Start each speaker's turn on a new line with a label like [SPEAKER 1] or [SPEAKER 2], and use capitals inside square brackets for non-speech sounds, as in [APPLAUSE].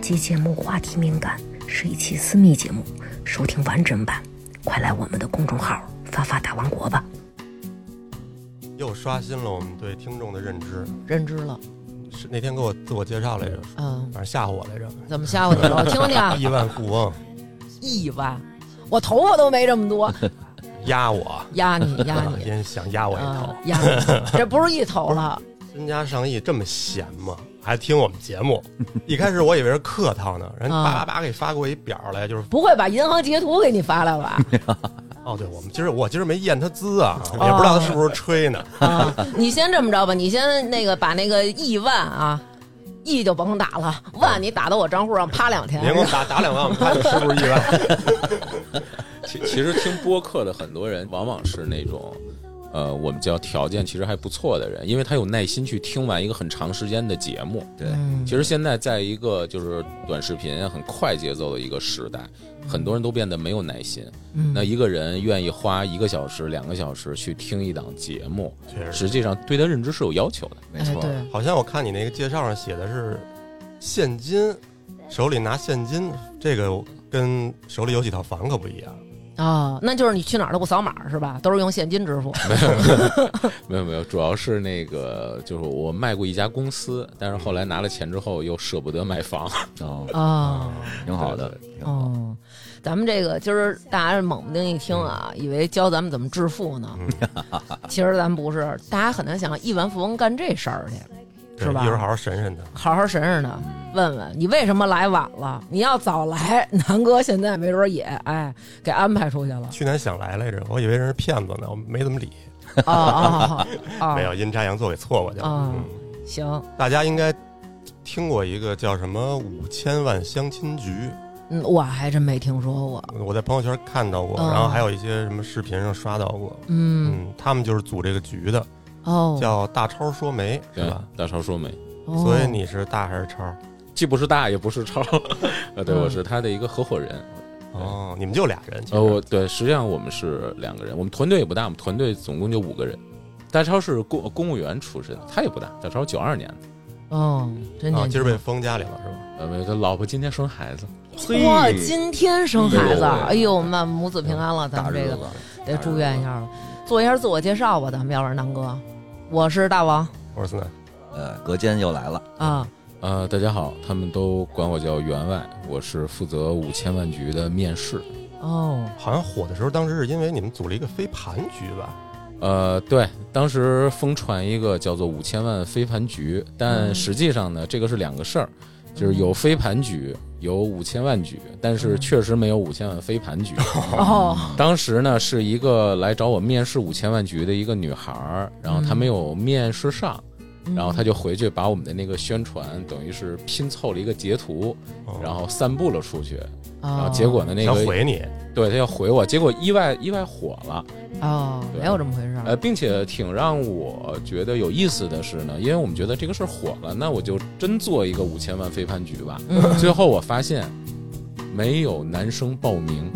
[SPEAKER 1] 集节目话题敏感，是一期私密节目，收听完整版，快来我们的公众号“发发大王国”吧。
[SPEAKER 2] 又刷新了我们对听众的认知。
[SPEAKER 3] 认知了，
[SPEAKER 2] 是那天给我自我介绍来着，
[SPEAKER 3] 嗯，
[SPEAKER 2] 反正吓唬我来着，
[SPEAKER 3] 怎么吓唬你了？ [LAUGHS] 我听听，
[SPEAKER 2] 亿万富翁
[SPEAKER 3] 亿万，我头发都没这么多，
[SPEAKER 2] 压我，
[SPEAKER 3] 压你压
[SPEAKER 2] 啊
[SPEAKER 3] 你，
[SPEAKER 2] 也想压我一头
[SPEAKER 3] 啊。压你，这不是一头了，
[SPEAKER 2] 身家上亿这么闲吗？还听我们节目？一开始我以为是客套呢，人
[SPEAKER 3] 啊
[SPEAKER 2] 叭叭叭给发过一表来，就是
[SPEAKER 3] 不会把银行截图给你发来
[SPEAKER 2] [LAUGHS]
[SPEAKER 3] 吧？哦
[SPEAKER 2] 哦，对我们今儿我今儿没验他资啊，也不知道他是不是吹呢。
[SPEAKER 3] 啊，你先这么着吧，你先那个把那个亿万啊，亿就甭打了， [LAUGHS] 万你打到我账户上趴两天
[SPEAKER 2] 您，给我打打两万，我们看你是不是意外。
[SPEAKER 4] 其其实听播客的很多人，往往是那种，呃，我们叫条件其实还不错的人，因为他有耐心去听完一个很长时间的节目。对，其实现在在一个就是短视频啊很快节奏的一个时代，很多人都变得没有耐心。那一个人愿意花一个小时、两个小时去听一档节目，
[SPEAKER 2] 确实，
[SPEAKER 4] 实际上对他认知是有要求的。
[SPEAKER 5] 没错，
[SPEAKER 3] 哎对，
[SPEAKER 2] 好像我看你那个介绍上写的是现金，手里拿现金，这个跟手里有几套房可不一样。
[SPEAKER 3] 啊，那就是你去哪儿都不扫码是吧？都是用现金支付。
[SPEAKER 4] 没有没有，主要是那个就是我卖过一家公司，但是后来拿了钱之后又舍不得卖房。
[SPEAKER 5] 哦，
[SPEAKER 3] 啊，
[SPEAKER 5] 挺好的，挺好
[SPEAKER 3] 哦，咱们这个今儿大家猛不丁一听啊，以为教咱们怎么致富呢，
[SPEAKER 4] 嗯
[SPEAKER 3] 其实咱不是，大家很难想亿万富翁干这事儿去，
[SPEAKER 2] 对
[SPEAKER 3] 是吧
[SPEAKER 2] 一会儿好好审审他。。
[SPEAKER 3] 好好审审他，
[SPEAKER 4] 嗯
[SPEAKER 3] 问问你为什么来晚了？你要早来，南哥现在没准也哎给安排出去了
[SPEAKER 2] 去年想来来着，我以为人是骗子呢，我没怎么理，
[SPEAKER 3] 哦哦哦
[SPEAKER 4] [LAUGHS]
[SPEAKER 3] 哦，
[SPEAKER 2] 没有阴差阳错给错过去了。
[SPEAKER 3] 哦
[SPEAKER 2] 嗯
[SPEAKER 3] 行，
[SPEAKER 2] 大家应该听过一个叫什么“五千万相亲局
[SPEAKER 3] 嗯，我还真没听说过”，。
[SPEAKER 2] 我在朋友圈看到过，
[SPEAKER 3] 哦
[SPEAKER 2] 然后还有一些什么视频上刷到过。
[SPEAKER 3] 嗯，
[SPEAKER 2] 嗯，他们就是组这个局的，
[SPEAKER 3] 哦，
[SPEAKER 2] 叫大超说媒，是
[SPEAKER 4] [LAUGHS] 对
[SPEAKER 2] 吧？，
[SPEAKER 4] 大超说媒。
[SPEAKER 3] 哦
[SPEAKER 2] 所以你是大还是超？
[SPEAKER 4] 既不是大也不是超，呃，对
[SPEAKER 3] 嗯
[SPEAKER 4] 我是他的一个合伙人。
[SPEAKER 2] 哦，你们就俩人，其实
[SPEAKER 4] 呃，我对，实际上我们是两个人，我们团队也不大，我们团队总共就五个人。大超是公呃公务员出身，他也不大，大超九二年的，
[SPEAKER 3] 哦，真
[SPEAKER 2] 啊，
[SPEAKER 3] 年
[SPEAKER 2] 今
[SPEAKER 3] 轻
[SPEAKER 2] 儿。被封家里了是吧？
[SPEAKER 4] 呃，没有他老婆今天生孩子，
[SPEAKER 3] 哇，今天生孩子，
[SPEAKER 4] 哎呦
[SPEAKER 3] 哎呦，我们母子平安了，咱
[SPEAKER 5] 大
[SPEAKER 3] 们
[SPEAKER 5] 日
[SPEAKER 3] 这
[SPEAKER 5] 子
[SPEAKER 3] 个，得祝愿一下了。做一下自我介绍吧，咱们要不然南哥，我是大王
[SPEAKER 2] 我说孙楠，
[SPEAKER 5] 呃，隔间又来了，
[SPEAKER 3] 啊，
[SPEAKER 4] 呃，大家好，他们都管我叫员外，我是负责五千万局的面试。
[SPEAKER 3] 哦，
[SPEAKER 2] 好像火的时候，当时是因为你们组了一个飞盘局吧？
[SPEAKER 4] 呃，对，当时疯传一个叫做“五千万飞盘局”，
[SPEAKER 3] 嗯
[SPEAKER 4] 但实际上呢，这个是两个事儿，就是有飞盘局，有五千万局，但是确实没有五千万飞盘局。
[SPEAKER 3] 嗯 [LAUGHS] 哦，
[SPEAKER 4] 当时呢，是一个来找我面试五千万局的一个女孩儿，然后她没有面试上，
[SPEAKER 3] 嗯
[SPEAKER 4] 然后
[SPEAKER 3] 哦
[SPEAKER 4] 她就回去把我们的那个宣传，等于是拼凑了一个截图，
[SPEAKER 2] 哦
[SPEAKER 4] 然后散布了出去，然
[SPEAKER 3] 哦
[SPEAKER 4] 后结果呢，那
[SPEAKER 2] 想
[SPEAKER 4] 个
[SPEAKER 2] 回你，
[SPEAKER 4] 对她要回我，结果意外意外火了，
[SPEAKER 3] 哦，
[SPEAKER 4] 对
[SPEAKER 3] 没有这么回事儿
[SPEAKER 4] 呃，并且挺让我觉得有意思的是呢，因为我们觉得这个事儿火了，那我就真做一个五千万飞盘局吧。最后我发现没有男生报名，